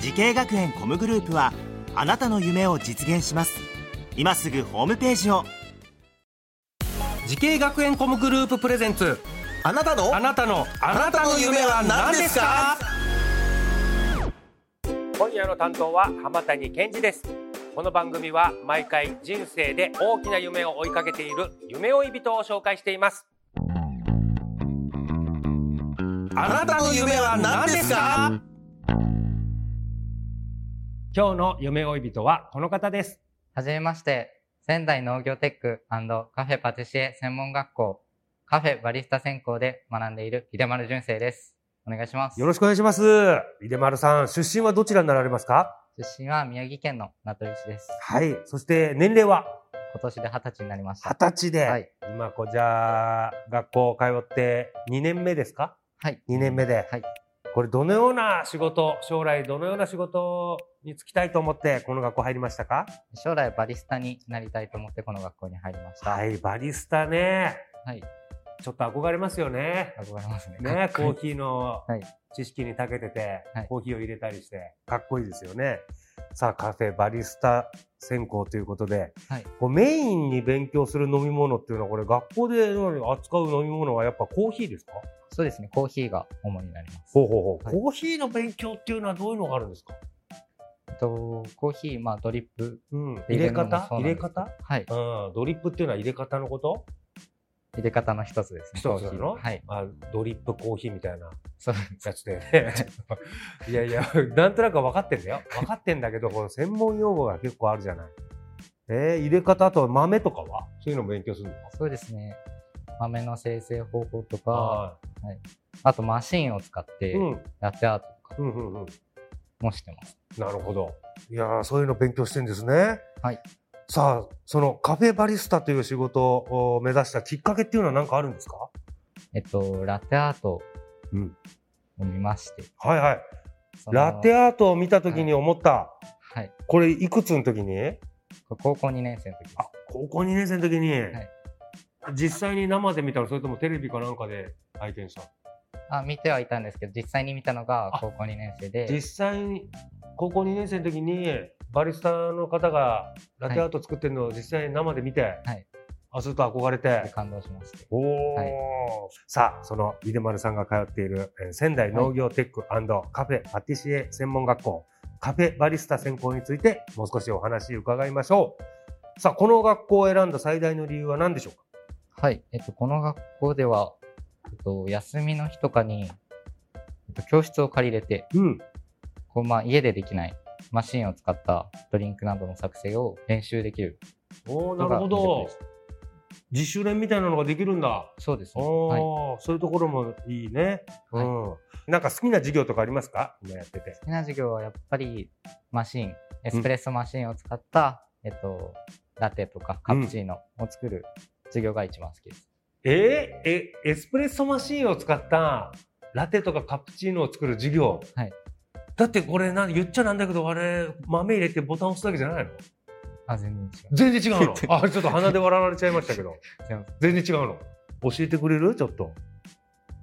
時系学園コムグループはあなたの夢を実現します今すぐホームページを時系学園コムグループプレゼンツあなたのあなたのあなたの夢は何ですか今夜の担当は浜谷健二ですこの番組は毎回人生で大きな夢を追いかけている夢追い人を紹介していますあなたの夢は何ですか今日の夢追い人はこの方ですはじめまして、仙台農業テックカフェパティシエ専門学校、カフェバリスタ専攻で学んでいる秀丸淳生です。お願いします。よろしくお願いします出丸さん出身はどちらになられますか出身は宮城県の名取市です。はいそして年齢は今年で二十歳になりました。二十歳で、はい。今こうじゃあ学校通って2年目ですかはい。 2年目で、はいこれどのような仕事将来どのような仕事に就きたいと思ってこの学校入りましたか将来バリスタになりたいと思ってこの学校に入りました。はいバリスタねはい。ちょっと憧れますよね憧れますね。ね、コーヒーのはい知識に長けてて、はいコーヒーを入れたりして、かっこいいですよね。さあ、カフェバリスタ専攻ということで、はいこうメインに勉強する飲み物っていうのは、これ学校で扱う飲み物はやっぱコーヒーですかそうですね。コーヒーが主になります。ほうほうほう、はいコーヒーの勉強っていうのはどういうのがあるんですかえっと、コーヒー、まあドリップ。うん。入れ方入れ方はい。うん。ドリップっていうのは入れ方のこと入れ方の一つです一ね。つなコーヒーの、はい。あドリップコーヒーみたいな。そうです。やつで。 いやいや、なんとなく分かってんだよ。分かってんだけど、この専門用語が結構あるじゃない。えー、入れ方、あとは豆とかはそういうのも勉強するのそうですね。豆の生成方法とか、はあとマシンを使っいてうん。ラテアートとかうんうんうん。もしてます。なるほど。いやーそういうの勉強してんですね。はい。さあ、そのカフェバリスタという仕事を目指したきっかけっていうのは何かあるんですかえっと、ラテアートうんを見まして。はいはい。そのラテアートを見た時に思った、はい。これいくつの時に高校2年生の時ですあ。高校2年生の時に、い実際に生で見たのそれともテレビかなんかで拝見したのあ、見てはいたんですけど、実際に見たのが高校2年生で実、際に高校2年生の時にバリスタの方がラテアート作ってるのを実際に生で見て、はいあすると憧れでて、感動しまして。おお、はいさあその秀丸さんが通っているえー仙台農業テックカフェパティシエ専門学校カフェバリスタ専攻についてもう少しお話伺いましょうさあこの学校を選んだ最大の理由は何でしょうかはい。えっと、この学校では、えっと、休みの日とかに、えっと、教室を借りれて、うんこう、まあ、家でできないマシンを使ったドリンクなどの作成を練習できるおおなのがるほ魅力どです。自主練みたいなのができるんだそうですね。おはい。好お、そういうところもいいね。はいうん。なんか好きな授業とかありますか？今やってて。きな授業はやっぱりマシン、エスプレッソマシンを使った、えっと、ラテとかカプチーノを作る授業が一番好きです。えー、え、エスプレッソマシンを使ったラテとかカプチーノを作る授業。はい。だってこれなん言っちゃなんだけどあれ豆入れてボタン押すだけじゃないの？あ、全然違う。全然 違うの。あ、ちょっと鼻で笑われちゃいましたけど、すいません全然違うの。教えてくれる？ちょっと。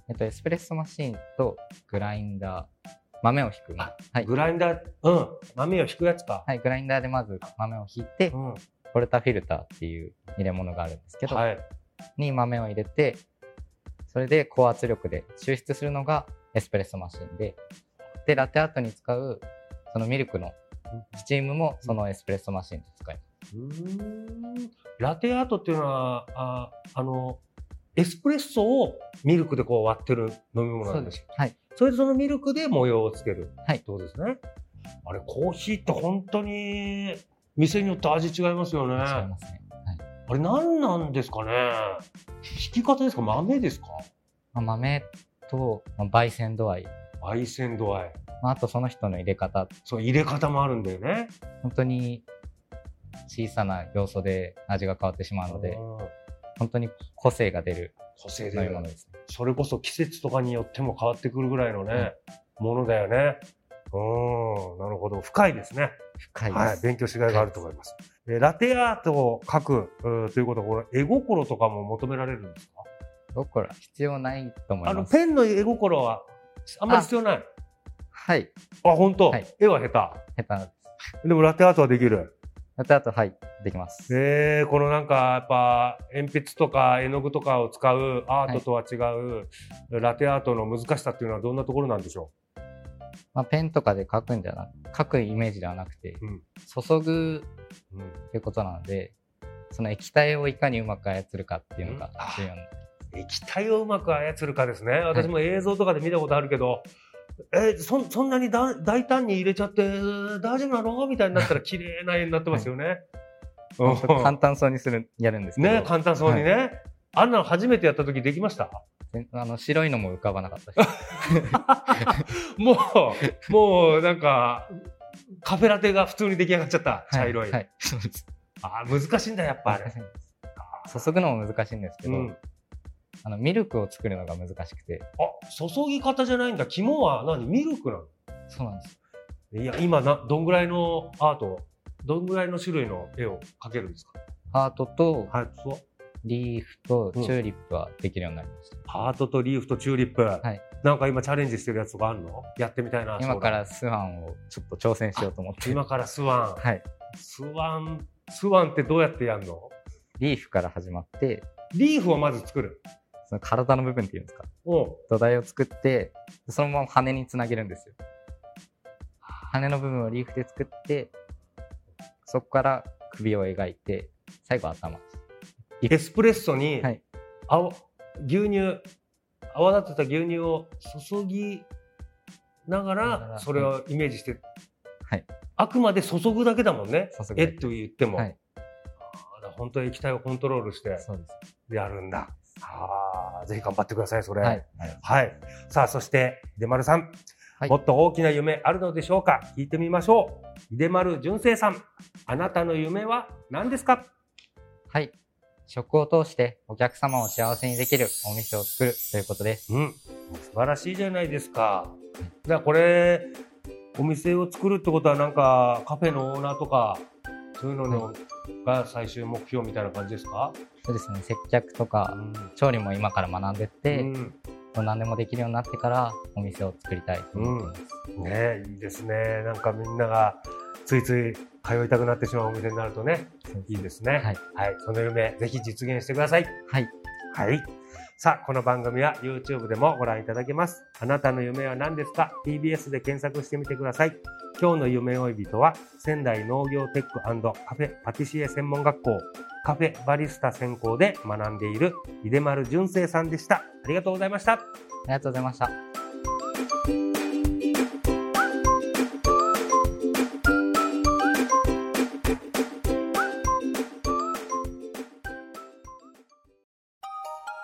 えっと、エスプレッソマシンとグラインダー、豆をひくもの。はいグ。ラインダー、うん、豆を引くやつか。はい、グラインダーでまず豆をひいて、うん。ポルタフィルターっていう入れ物があるんですけど、はい。に豆を入れて、それで高圧力で抽出するのがエスプレッソマシンで、で、ラテアートに使うそのミルクのスチームもそのエスプレッソマシンで使います。うーんラテアートっていうのはああのエスプレッソをミルクでこう割ってる飲み物なんですよ。はい。それでそのミルクで模様をつけるはいってことですね。あれコーヒーって本当に店によって味違いますよね。違いあますね。はいれ何なんですかね。引き方ですか豆ですかまあ豆とまあ焙煎度合い焙煎度合い。まあ、あとその人の入れ方そう、入れ方もあるんだよね。本当に小さな要素で味が変わってしまうのでうん本当に個性が出る個性飲でみ物ですねそれこそ季節とかによっても変わってくるぐらいのね、ものだよね。うん、なるほど。深いですね。深いです、はい、勉強しがいがあると思います。えーラテアートを書くうーということは、これ、絵心とかも求められるんですか僕ら必要ないと思あいの、ますペンの絵心は、あんまり必要ない。はいあ、本当、はい絵は下下手な手。でも、ラテアートはできる。あとあとはいできますえー、このなんか、やっぱ、鉛筆とか絵の具とかを使うアートとは違う、ラテアートの難しさっていうのはどんなところなんでしょまあ、ペンとかで書くんじゃな書くイメージではなくて、うん注ぐう、うん、ということなのでその液体をいかにうまく操るかっていうのが重要な、液体をうまく操るかですね。私も映像とかで見たことあるけど、えそそんなにだ大胆に入れちゃって大丈夫なのみたいになったら綺麗な絵になってますよね。うんちょっと簡単そうにするやるんですけど、ね簡単そうにね、あんなの初めてやった時できました全あの白いのも浮かばなかったしも うもうなんかカフェラテが普通に出来上がっちゃった 茶色い、ははいそうですあー難しいんだやっぱあ れ、注ぐのも難しいんですけうど、ん、あのミルクを作るのが難しくてあ注ぎ方じゃないんだ肝は何ミルクなそうなんですのいや今などんぐらいのアートどんぐらいの種類の絵を描けるんですかハートとハートとリーフとうんチューリップはできるようになりました、ハートとリーフとチューリップ、いなんか今チャレンジしてるやつとかあるのやってみたいな今から将スワンをちょっと挑戦しようと思っ来て今からスワ はいンスワンスワンってどうやってやるのリーフから始まってリーフをまず作るその体の部分っていうんですかうん土台を作ってそのまま羽につなげるんですよ羽の部分をリーフで作ってそこから首を描いて最後頭ですエスプレッソにはい泡、牛乳泡立てた牛乳を注ぎながながららそれをイメージして、はいあくまで注ぐだけだもんね注ぐだけえっと言っても、はいあー本当に液体をコントロールしてそうですやるんだあーぜひ頑張ってくださいそれはい、はい。さあ、そして、出丸さん、はいもっと大きな夢あるのでしょうか聞いてみましょう。出丸純正さん、あなたの夢は何ですかはい、食を通してお客様を幸せにできるお店を作るということですうん。素晴らしいじゃないですか。じゃあ、これ、お店を作るってことは、なんか、カフェのオーナーとか、そういうのの、が最終目標みたいな感じですか、そうですね接客とうかん調理も今から学んでって、うん何でもできるようになってからお店を作りたいと思ってます、ねいいですね。なんかみんながついつい通いたくなってしまうお店になるとね、いいですね。はいはい、その夢、ぜひ実現してください。はいはい。さあ、この番組は YouTube でもご覧いただけます。あなたの夢は何ですか ?TBS で検索してみてください。今日の夢追い人は、仙台農業テックカフェパティシエ専門学校、カフェバリスタ専攻で学んでいる、井出丸淳生さんでした。ありがとうございました。ありがとうございました